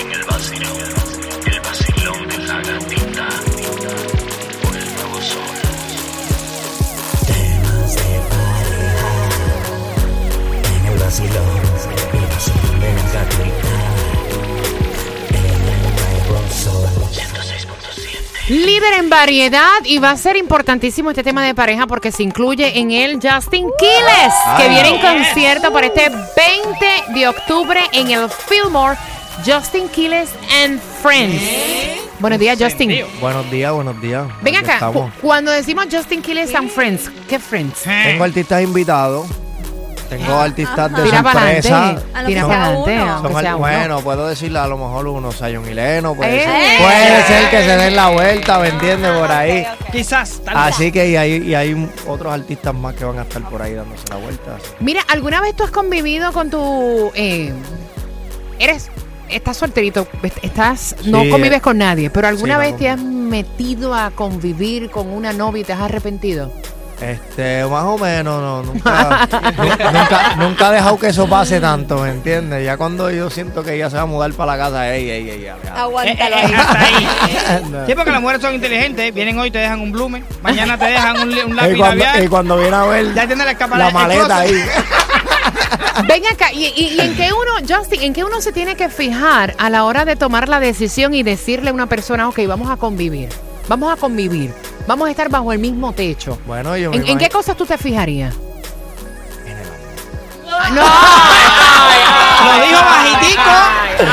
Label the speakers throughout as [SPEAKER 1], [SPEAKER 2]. [SPEAKER 1] en el vacilón, el vacilón de la gatita por el nuevo sol.
[SPEAKER 2] en el vacilón, el vacilón de la gatita. El nuevo sol.
[SPEAKER 1] 106.7
[SPEAKER 3] Líder en variedad y va a ser importantísimo este tema de pareja porque se incluye en él Justin Quiles, que viene en concierto para este 20 de octubre en el Fillmore Justin Quiles and Friends. Buenos días, Justin.
[SPEAKER 4] Buenos días, buenos días.
[SPEAKER 3] Ven
[SPEAKER 4] Aquí
[SPEAKER 3] acá,
[SPEAKER 4] estamos.
[SPEAKER 3] cu- cuando decimos Justin Quiles and Friends, ¿qué Friends?
[SPEAKER 4] Tengo artistas invitados. Tengo artistas de
[SPEAKER 3] Ah. Tira para
[SPEAKER 4] sorpresa.
[SPEAKER 3] adelante,
[SPEAKER 5] A lo
[SPEAKER 3] tira
[SPEAKER 5] que
[SPEAKER 3] para
[SPEAKER 5] sea
[SPEAKER 3] adelante.
[SPEAKER 5] uno.
[SPEAKER 3] aunque
[SPEAKER 4] Son
[SPEAKER 3] sea
[SPEAKER 4] al-
[SPEAKER 3] uno.
[SPEAKER 4] bueno, puedo decirle a lo mejor uno, Sayon y Leno. Puede,
[SPEAKER 3] Eh.
[SPEAKER 4] ser, puede ser que se den la vuelta, ¿me entiendes? Por ahí.
[SPEAKER 6] Quizás, tal vez. Eh,
[SPEAKER 4] Así que y hay, y hay otros artistas más que van a estar por ahí dándose la vuelta.
[SPEAKER 3] Mira, ¿alguna vez tú has convivido con tu... eh, eres... Estás solterito, est- estás, no
[SPEAKER 4] Sí,
[SPEAKER 3] convives
[SPEAKER 4] eh.
[SPEAKER 3] con nadie, pero ¿alguna
[SPEAKER 4] Sí, no
[SPEAKER 3] vez te has metido a convivir con una novia y te has arrepentido?
[SPEAKER 4] Este, más o menos, no, nunca, nu- nunca, nunca he dejado que eso pase tanto, ¿me entiendes? Ya cuando yo siento que ella se va a mudar para la casa, ey, ey, ey, ey, ey.
[SPEAKER 5] Aguántalo
[SPEAKER 6] Eh, eh,
[SPEAKER 5] ahí.
[SPEAKER 6] eh, hasta ahí.
[SPEAKER 4] No.
[SPEAKER 6] Sí, porque las mujeres son inteligentes. ¿eh? Vienen hoy, te dejan un blumen. Mañana te dejan un, li- un lápiz
[SPEAKER 4] Y cuando, y
[SPEAKER 6] labial.
[SPEAKER 4] cuando viene a ver
[SPEAKER 6] Ya tiene la escapalada.
[SPEAKER 4] la maleta ahí.
[SPEAKER 3] Ven acá, y, y- y en qué uno, Justin, en qué uno se tiene que fijar a la hora de tomar la decisión y decirle a una persona, ok, vamos a convivir, vamos a convivir, vamos a estar bajo el mismo techo?
[SPEAKER 4] Bueno, yo me
[SPEAKER 3] ¿En, en qué
[SPEAKER 4] imagino-
[SPEAKER 3] cosas tú te fijarías? Ah,
[SPEAKER 6] Lo dijo bajitico.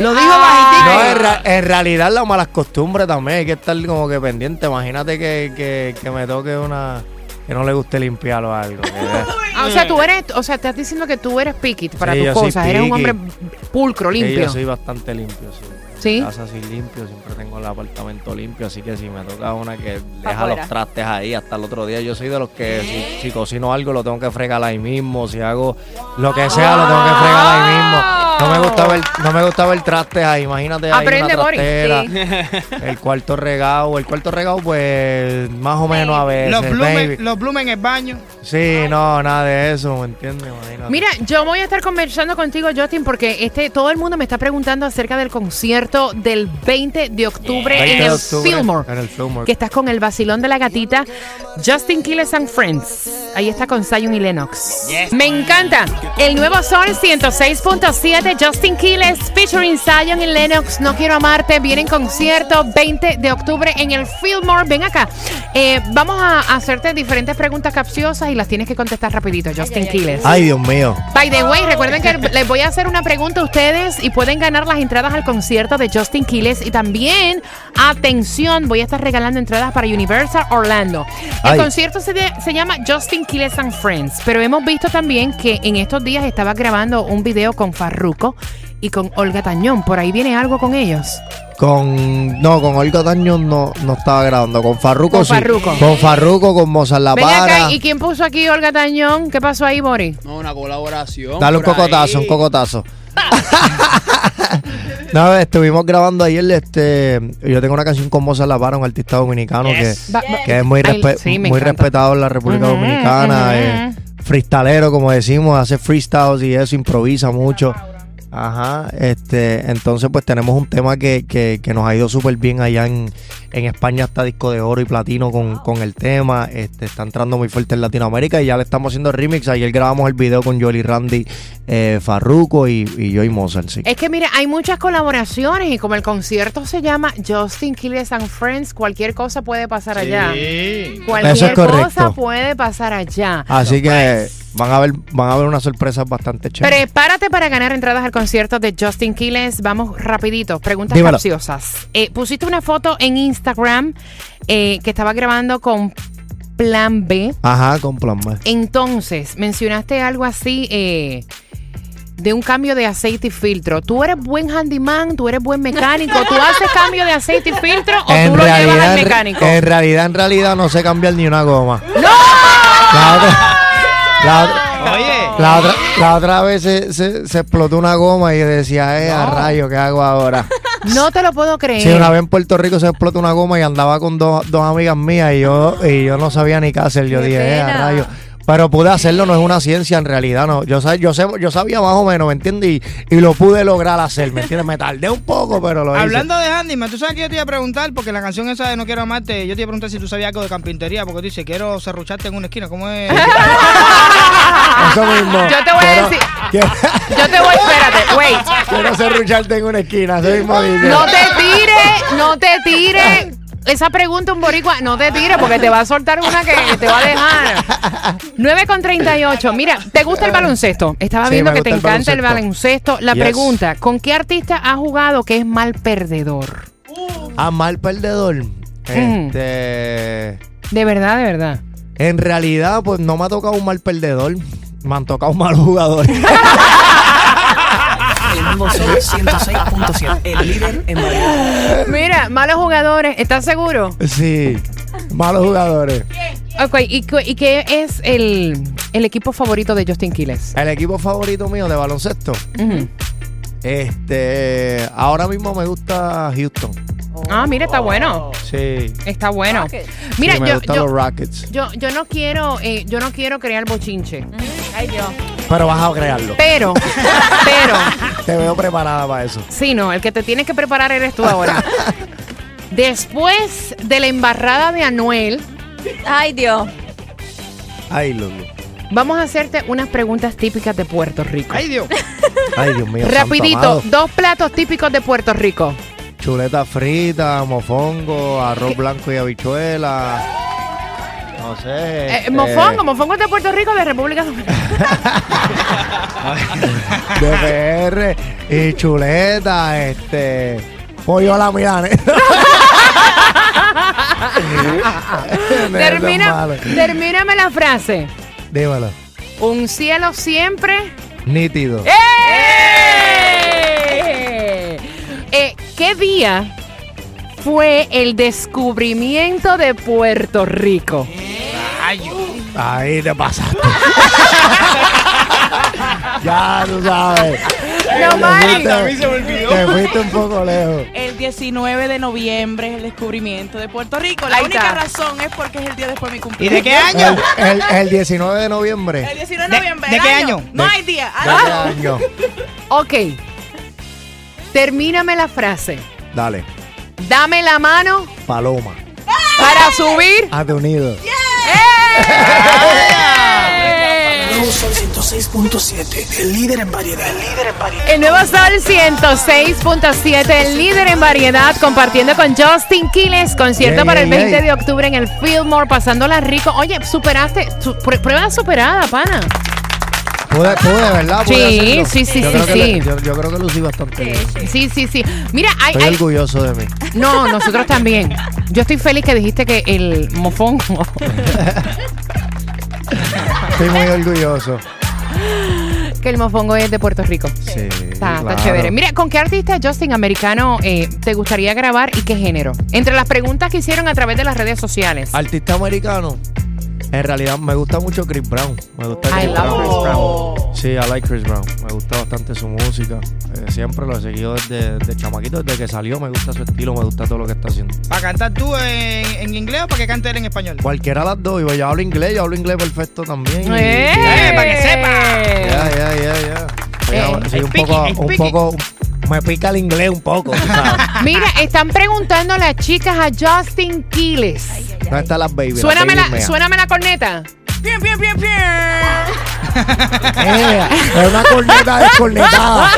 [SPEAKER 6] Lo dijo bajitico.
[SPEAKER 4] No, en, ra- en realidad las malas costumbres también hay que estar como que pendiente. Imagínate que, que, que me toque una que no le guste limpiar o algo. que-
[SPEAKER 3] Ah, o sea, tú eres, o sea, estás diciendo que tú eres piquit para
[SPEAKER 4] Sí,
[SPEAKER 3] tus
[SPEAKER 4] yo soy
[SPEAKER 3] cosas, eres un
[SPEAKER 4] picky.
[SPEAKER 3] hombre pulcro,
[SPEAKER 4] que
[SPEAKER 3] limpio.
[SPEAKER 4] yo soy bastante limpio, sí. En
[SPEAKER 3] ¿Sí?
[SPEAKER 4] casa soy limpio, siempre tengo el apartamento limpio, así que si me toca una que deja
[SPEAKER 5] afuera.
[SPEAKER 4] los trastes ahí hasta el otro día, yo soy de los que si, si cocino algo lo tengo que fregar ahí mismo, si hago lo que sea lo tengo
[SPEAKER 3] Ah.
[SPEAKER 4] que fregar ahí mismo. No me gusta ver, no me gusta ver trastes ahí, imagínate ahí
[SPEAKER 3] Aprende,
[SPEAKER 4] una
[SPEAKER 3] Boris.
[SPEAKER 4] trastera.
[SPEAKER 5] Sí.
[SPEAKER 4] El cuarto regado, el cuarto regado, pues más o menos a veces.
[SPEAKER 6] Los
[SPEAKER 4] maybe.
[SPEAKER 6] blumen, los blumen en el baño.
[SPEAKER 4] Sí, no, nada de eso, ¿me entiendes? Imagínate.
[SPEAKER 3] Mira, yo voy a estar conversando contigo, Justin, porque este todo el mundo me está preguntando acerca del concierto del 20 de octubre
[SPEAKER 4] 20
[SPEAKER 3] en
[SPEAKER 4] de
[SPEAKER 3] el
[SPEAKER 4] octubre,
[SPEAKER 3] Fillmore.
[SPEAKER 4] En el Fillmore.
[SPEAKER 3] Que estás con el vacilón de la gatita, Justin Quiles and Friends. Ahí está con Zion y Lennox. Me encanta. El nuevo Sol 106.7, Justin Quiles featuring Zion y Lennox. No quiero amarte. Viene en concierto 20 de octubre en el Fillmore. Ven acá. Eh, vamos a hacerte diferentes preguntas capciosas y las tienes que contestar rapidito, Justin Quiles.
[SPEAKER 4] Ay, Dios mío.
[SPEAKER 3] By the way, recuerden que les voy a hacer una pregunta a ustedes y pueden ganar las entradas al concierto de Justin Quiles y también, atención, voy a estar regalando entradas para Universal Orlando. El
[SPEAKER 4] Ay.
[SPEAKER 3] concierto se, de- se llama Justin Quiles and Friends, pero hemos visto también que en estos días estaba grabando un video con Farruko y con Olga Tañón. Por ahí viene algo con ellos.
[SPEAKER 4] Con. No, con Olga Tañón no, no estaba grabando. Con Farruko
[SPEAKER 3] Con
[SPEAKER 4] sí.
[SPEAKER 3] Farruko.
[SPEAKER 4] Con Farruko, con Mozart La
[SPEAKER 3] Ven
[SPEAKER 4] Para.
[SPEAKER 3] acá, ¿y quién puso aquí Olga Tañón? ¿Qué pasó ahí, Boris?
[SPEAKER 7] No, una colaboración.
[SPEAKER 4] Dale un
[SPEAKER 7] por
[SPEAKER 4] cocotazo,
[SPEAKER 7] ahí.
[SPEAKER 4] un cocotazo. no, estuvimos grabando ayer. Este, yo tengo una canción con Mozart La Para, un artista dominicano que.
[SPEAKER 3] Va- va-
[SPEAKER 4] que es muy,
[SPEAKER 3] Ay,
[SPEAKER 4] respe-
[SPEAKER 3] sí, me
[SPEAKER 4] muy
[SPEAKER 3] encanta.
[SPEAKER 4] respetado en la República
[SPEAKER 3] Ujú, ujú.
[SPEAKER 4] Dominicana. eh, freestalero, como decimos, hace freestyles y eso, improvisa mucho. Ajá, este, entonces pues tenemos un tema que, que- que nos ha ido súper bien allá en, en España, está disco de oro y platino con, con el tema, este, está entrando muy fuerte en Latinoamérica y ya le estamos haciendo remix, ayer grabamos el video con Jolly Randy, eh, Farruko y, y yo y Mozart, sí.
[SPEAKER 3] Es que mira, hay muchas colaboraciones y como el concierto se llama Justin Quiles and Friends, cualquier cosa puede pasar allá. Cualquier
[SPEAKER 4] Eso es
[SPEAKER 3] cosa
[SPEAKER 4] correcto. Ah,
[SPEAKER 3] puede pasar allá.
[SPEAKER 4] Así que van a ver, van a ver unas sorpresas bastante chéveres.
[SPEAKER 3] Prepárate para ganar entradas al concierto de Justin Quiles. Vamos rapidito, preguntas
[SPEAKER 4] Dímelo.
[SPEAKER 3] capciosas. Eh, pusiste una foto en Instagram eh, que estaba grabando con Plan B.
[SPEAKER 4] Ajá, con plan B.
[SPEAKER 3] Entonces, mencionaste algo así eh, de un cambio de aceite y filtro. ¿Tú eres buen handyman? ¿Tú eres buen mecánico? ¿Tú haces cambio de aceite y filtro o tú lo llevas al
[SPEAKER 4] en- eh,
[SPEAKER 3] mecánico?
[SPEAKER 4] En realidad, en realidad no sé cambiar ni una goma. ¡No! La otra, la otra-
[SPEAKER 6] Oye.
[SPEAKER 4] La otra, la otra vez se, se- se explotó una goma y decía, eh, a rayo, ¿qué hago ahora?
[SPEAKER 3] No te lo puedo creer.
[SPEAKER 4] Sí, una vez en Puerto Rico se explotó una goma y andaba con dos, dos amigas mías y yo, y yo no sabía ni qué hacer. Yo
[SPEAKER 5] Qué
[SPEAKER 4] dije, eh, a
[SPEAKER 5] pena.
[SPEAKER 4] rayo. Pero pude hacerlo, no es una ciencia en realidad, no. Yo, sa- yo, sé, yo sabía más o menos, ¿me entiendes? Y, y lo pude lograr hacer, ¿me entiendes? Me tardé un poco, pero lo hice.
[SPEAKER 6] Hablando de handyman, tú sabes que yo te iba a preguntar, porque la canción esa de No Quiero Amarte, yo te iba a preguntar si tú sabías algo de carpintería, porque dice, quiero serrucharte en una esquina, ¿cómo es?
[SPEAKER 4] Eso mismo.
[SPEAKER 3] Yo te voy a
[SPEAKER 4] Quiero-
[SPEAKER 3] decir-
[SPEAKER 4] Quiero,
[SPEAKER 3] Yo te voy, espérate, wait.
[SPEAKER 4] quiero serrucharte en una esquina, eso mismo dice.
[SPEAKER 3] No te tires, no te tires. Esa pregunta, un boricua, no te tires porque te va a soltar una que te va a dejar. 9 con 38. Mira, ¿te gusta el baloncesto? Estaba
[SPEAKER 4] Sí,
[SPEAKER 3] viendo
[SPEAKER 4] me
[SPEAKER 3] que te
[SPEAKER 4] gusta el
[SPEAKER 3] encanta el
[SPEAKER 4] baloncesto.
[SPEAKER 3] baloncesto. La
[SPEAKER 4] Yes.
[SPEAKER 3] pregunta, ¿con qué artista has jugado que es mal perdedor?
[SPEAKER 4] A mal perdedor. Este.
[SPEAKER 3] De verdad, de verdad.
[SPEAKER 4] En realidad, pues no me ha tocado un mal perdedor. Me han tocado malos jugadores.
[SPEAKER 7] El nuevo Sol 106.7, el líder en variedad.
[SPEAKER 3] Mira, malos jugadores, ¿estás seguro?
[SPEAKER 4] Sí. Malos jugadores.
[SPEAKER 3] Ok, ¿y, cu- y qué es el, el equipo favorito de Justin Quiles?
[SPEAKER 4] El equipo favorito mío de baloncesto.
[SPEAKER 3] Ujú.
[SPEAKER 4] Este. Ahora mismo me gusta Houston.
[SPEAKER 3] Ah, mira, está bueno.
[SPEAKER 4] Sí.
[SPEAKER 3] Está bueno.
[SPEAKER 5] Rockets.
[SPEAKER 3] Mira,
[SPEAKER 4] Sí, me
[SPEAKER 3] yo,
[SPEAKER 4] gustan
[SPEAKER 3] yo-
[SPEAKER 4] los Rockets.
[SPEAKER 3] yo, yo no quiero, eh, yo no quiero crear bochinche.
[SPEAKER 5] Ay, Dios.
[SPEAKER 4] Pero vas a crearlo.
[SPEAKER 3] Pero, pero,
[SPEAKER 4] Te veo preparada para eso.
[SPEAKER 3] sí, no, el que te tienes que preparar eres tú ahora. Después de la embarrada de Anuel,
[SPEAKER 5] Ay, Dios.
[SPEAKER 4] Ay, Lulu.
[SPEAKER 3] vamos a hacerte unas preguntas típicas de Puerto Rico.
[SPEAKER 6] Ay, Dios.
[SPEAKER 4] Ay, Dios mío. santo
[SPEAKER 3] Rapidito,
[SPEAKER 4] amado.
[SPEAKER 3] dos platos típicos de Puerto Rico.
[SPEAKER 4] Chuleta frita, mofongo, arroz blanco y habichuela. No sé.
[SPEAKER 3] Eh,
[SPEAKER 4] este,
[SPEAKER 3] mofongo, mofongo es de Puerto Rico, de República Dominicana.
[SPEAKER 4] De PR y chuleta, este. Pollo a la milanesa. No, eso es
[SPEAKER 3] Termina,
[SPEAKER 4] malo.
[SPEAKER 3] termíname la frase.
[SPEAKER 4] Dímelo.
[SPEAKER 3] Un cielo siempre.
[SPEAKER 4] Nítido.
[SPEAKER 3] ¡Eh! Eh, ¿Qué día fue el descubrimiento de Puerto Rico?
[SPEAKER 4] Ahí te pasaste. ya tú sabes.
[SPEAKER 3] No, Mari.
[SPEAKER 4] A mí se me olvidó. Te fuiste un poco lejos.
[SPEAKER 8] El 19 de noviembre es el descubrimiento de Puerto Rico. La
[SPEAKER 3] Ahí
[SPEAKER 8] única
[SPEAKER 3] está.
[SPEAKER 8] razón es porque es el día después de mi
[SPEAKER 6] ¿Y
[SPEAKER 8] cumpleaños.
[SPEAKER 6] de qué año?
[SPEAKER 4] El, el- el 19 de
[SPEAKER 8] El
[SPEAKER 4] noviembre.
[SPEAKER 8] 19 de,
[SPEAKER 6] ¿De-
[SPEAKER 8] noviembre.
[SPEAKER 6] de
[SPEAKER 8] el
[SPEAKER 6] qué año?
[SPEAKER 8] No
[SPEAKER 4] De-
[SPEAKER 8] hay día.
[SPEAKER 4] ¿De
[SPEAKER 8] Ah,
[SPEAKER 4] qué año?
[SPEAKER 3] Ok. Termíname la frase.
[SPEAKER 4] Dale,
[SPEAKER 3] Dame la mano
[SPEAKER 4] Paloma.
[SPEAKER 3] para subir.
[SPEAKER 4] A tu nido.
[SPEAKER 7] El nuevo Sol 106.7, el líder en variedad. El líder en variedad.
[SPEAKER 3] El nuevo Sol 106.7, el líder en variedad, compartiendo con Justin Quiles, concierto
[SPEAKER 4] Ey,
[SPEAKER 3] para el
[SPEAKER 4] ey,
[SPEAKER 3] 20
[SPEAKER 4] ey.
[SPEAKER 3] de octubre en el Fillmore, pasándola rico. Oye, superaste, su- pr- prueba superada, pana.
[SPEAKER 4] Pude, pude, ¿verdad? Pude
[SPEAKER 3] Sí,
[SPEAKER 4] hacerlo.
[SPEAKER 3] sí, sí,
[SPEAKER 4] Yo
[SPEAKER 3] sí,
[SPEAKER 4] creo que
[SPEAKER 3] sí.
[SPEAKER 4] le- yo, yo creo que lucí bastante bien.
[SPEAKER 3] Sí, sí, sí. Mira, hay,
[SPEAKER 4] Estoy
[SPEAKER 3] hay-
[SPEAKER 4] orgulloso de mí.
[SPEAKER 3] No, nosotros también. Yo estoy feliz que dijiste que el mofongo.
[SPEAKER 4] Estoy muy orgulloso.
[SPEAKER 3] Que el mofongo es de Puerto Rico.
[SPEAKER 4] Sí.
[SPEAKER 3] Está, está
[SPEAKER 4] claro.
[SPEAKER 3] chévere. Mira, ¿con qué artista Justin americano eh, te gustaría grabar y qué género? Entre las preguntas que hicieron a través de las redes sociales.
[SPEAKER 4] Artista americano. En realidad me gusta mucho Chris Brown. Me gusta
[SPEAKER 3] I
[SPEAKER 4] Chris
[SPEAKER 3] love
[SPEAKER 4] Brown.
[SPEAKER 3] Chris Brown.
[SPEAKER 4] Sí, I like Chris Brown. Me gusta bastante su música. Eh, siempre lo he seguido desde, desde chamaquito, desde que salió. Me gusta su estilo, me gusta todo lo que está haciendo.
[SPEAKER 6] ¿Para cantar tú en, en inglés o para que cante él en español?
[SPEAKER 4] Cualquiera de las dos. Yo hablo inglés, yo hablo inglés perfecto también.
[SPEAKER 3] ¡Eh!
[SPEAKER 6] Eh, para que
[SPEAKER 4] Ya, ya, ya, ya. Soy
[SPEAKER 3] Eh,
[SPEAKER 4] ahora- Soy
[SPEAKER 6] es
[SPEAKER 4] un
[SPEAKER 6] piqui,
[SPEAKER 4] poco,
[SPEAKER 6] es
[SPEAKER 4] un
[SPEAKER 6] piqui.
[SPEAKER 4] poco, me pica el inglés un poco, tú sabes.
[SPEAKER 3] Mira, están preguntando las chicas a Justin Quiles.
[SPEAKER 4] ¿Dónde están las baby? Las
[SPEAKER 3] Suéname
[SPEAKER 4] baby
[SPEAKER 3] la,
[SPEAKER 4] meas.
[SPEAKER 3] suéname la corneta.
[SPEAKER 8] bien, bien, bien, bien.
[SPEAKER 4] Eh, es una corneta descornetada.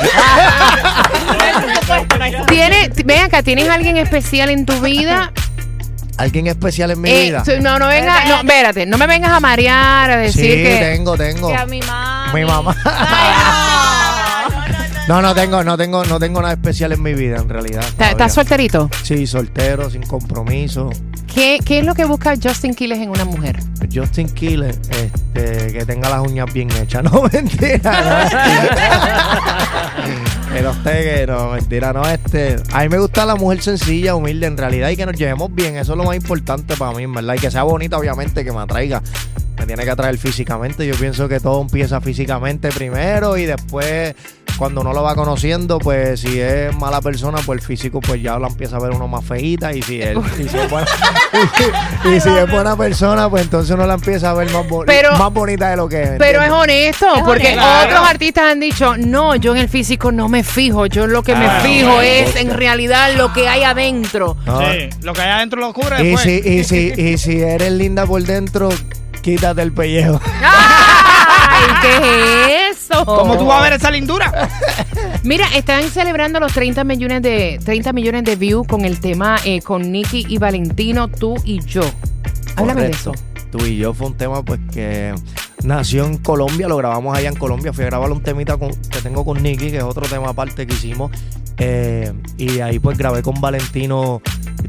[SPEAKER 3] ¿Tiene, ven acá, ¿tienes alguien especial en tu vida?
[SPEAKER 4] Alguien especial en mi
[SPEAKER 3] Eh,
[SPEAKER 4] vida.
[SPEAKER 3] so- no, no vengas, no, espérate, no me vengas a marear, a
[SPEAKER 4] Sí,
[SPEAKER 3] decir que.
[SPEAKER 4] tengo, tengo.
[SPEAKER 5] Que a mi mamá.
[SPEAKER 4] Mi mamá.
[SPEAKER 5] Ay, no.
[SPEAKER 4] No, no tengo, no tengo, no tengo nada especial en mi vida en realidad.
[SPEAKER 3] ¿Estás
[SPEAKER 4] todavía.
[SPEAKER 3] estás solterito?
[SPEAKER 4] Sí, soltero, sin compromiso.
[SPEAKER 3] ¿Qué, ¿Qué es lo que busca Justin Quiles en una mujer?
[SPEAKER 4] Justin Killer, este, que tenga las uñas bien hechas. No, mentira. no. que no esté, que no, mentira, no, este. A mí me gusta la mujer sencilla, humilde en realidad y que nos llevemos bien. Eso es lo más importante para mí, en ¿verdad? Y que sea bonita, obviamente, que me atraiga. Me tiene que atraer físicamente. Yo pienso que todo empieza físicamente primero y después, cuando uno lo va conociendo, pues si es mala persona, pues el físico, pues ya lo empieza a ver uno más feíta. Y si, es- y si es, buena, y si es buena persona, pues entonces uno la empieza a ver más, boni-
[SPEAKER 3] Pero-
[SPEAKER 4] más bonita de lo que es.
[SPEAKER 3] Pero es
[SPEAKER 4] ¿entiendes?
[SPEAKER 3] honesto, porque
[SPEAKER 5] honesto.
[SPEAKER 3] otros artistas han dicho, no, yo en el físico no me fijo, yo lo que me
[SPEAKER 6] Claro.
[SPEAKER 3] fijo es en realidad lo que hay adentro.
[SPEAKER 4] Ah.
[SPEAKER 6] Sí, lo que hay adentro lo cubre
[SPEAKER 4] Y
[SPEAKER 6] después.
[SPEAKER 4] si, y, si, y si eres linda por dentro, quítate el pellejo.
[SPEAKER 3] ¡Ay, qué es eso!
[SPEAKER 6] ¿Cómo tú vas
[SPEAKER 3] Oh.
[SPEAKER 6] a ver esa lindura?
[SPEAKER 3] Mira, están celebrando los 30 millones de 30 millones de views con el tema eh, con Nicky y Valentino, tú y yo. Háblame de eso.
[SPEAKER 4] Correcto. Tú y yo fue un tema pues que nació en Colombia, lo grabamos allá en Colombia. Fui a grabar un temita con- que tengo con Nicky, que es otro tema aparte que hicimos. Eh, y ahí pues grabé con Valentino,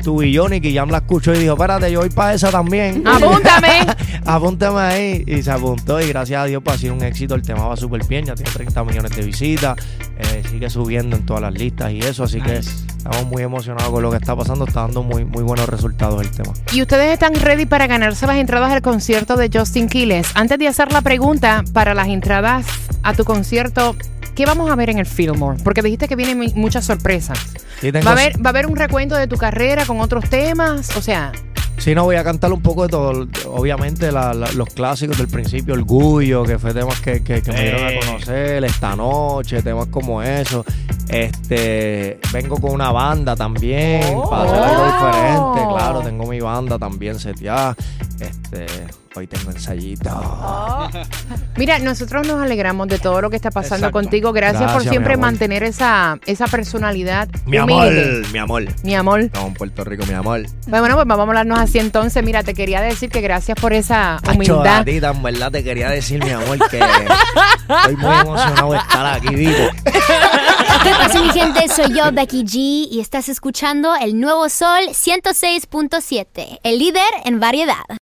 [SPEAKER 4] tú y yo, Nicky Jam la escuchó y dijo, espérate, yo voy para esa también.
[SPEAKER 3] Ah, Apúntame.
[SPEAKER 4] Apúntame ahí. Y se apuntó y gracias a Dios pues, ha sido un éxito. El tema va súper bien, ya tiene 30 millones de visitas, eh, sigue subiendo en todas las listas y eso. Así que estamos muy emocionados con lo que está pasando, está dando muy, muy buenos resultados el tema.
[SPEAKER 3] Y ustedes están ready para ganarse las entradas al concierto de Justin Quiles. Antes de hacer la pregunta para las entradas a tu concierto, ¿qué vamos a ver en el Fillmore? Porque dijiste que vienen mu- muchas sorpresas.
[SPEAKER 4] Sí, tengo-
[SPEAKER 3] ¿Va a, haber, ¿Va a haber un recuento de tu carrera con otros temas? O sea,
[SPEAKER 4] Sí, no, voy a cantar un poco de todo. Obviamente, la- la- los clásicos del principio, Orgullo, que fue temas que, que- que me dieron
[SPEAKER 6] Eh.
[SPEAKER 4] a conocer, Esta Noche, temas como eso. Este, vengo con una banda también,
[SPEAKER 3] Oh.
[SPEAKER 4] para hacer algo diferente, claro. Tengo mi banda también seteada. Este, hoy tengo ensayita.
[SPEAKER 3] Oh. Mira, nosotros nos alegramos de todo lo que está pasando
[SPEAKER 6] Exacto.
[SPEAKER 3] contigo. Gracias, por
[SPEAKER 4] Gracias, mi
[SPEAKER 3] siempre
[SPEAKER 4] amor.
[SPEAKER 3] mantener esa, esa personalidad.
[SPEAKER 4] Mi amor,
[SPEAKER 3] humilde.
[SPEAKER 4] mi amor.
[SPEAKER 3] Mi amor.
[SPEAKER 4] Estamos en Puerto Rico, mi amor.
[SPEAKER 3] Bueno, pues vamos a hablarnos así entonces. Mira, te quería decir que gracias por esa
[SPEAKER 4] Tacho,
[SPEAKER 3] humildad.
[SPEAKER 4] a ti, en verdad te quería decir, mi amor, que estoy muy emocionado de estar aquí, vivo.
[SPEAKER 9] ¿Qué pasa, mi gente? Soy yo, Becky G, y estás escuchando el nuevo Sol 106.7, el líder en variedad.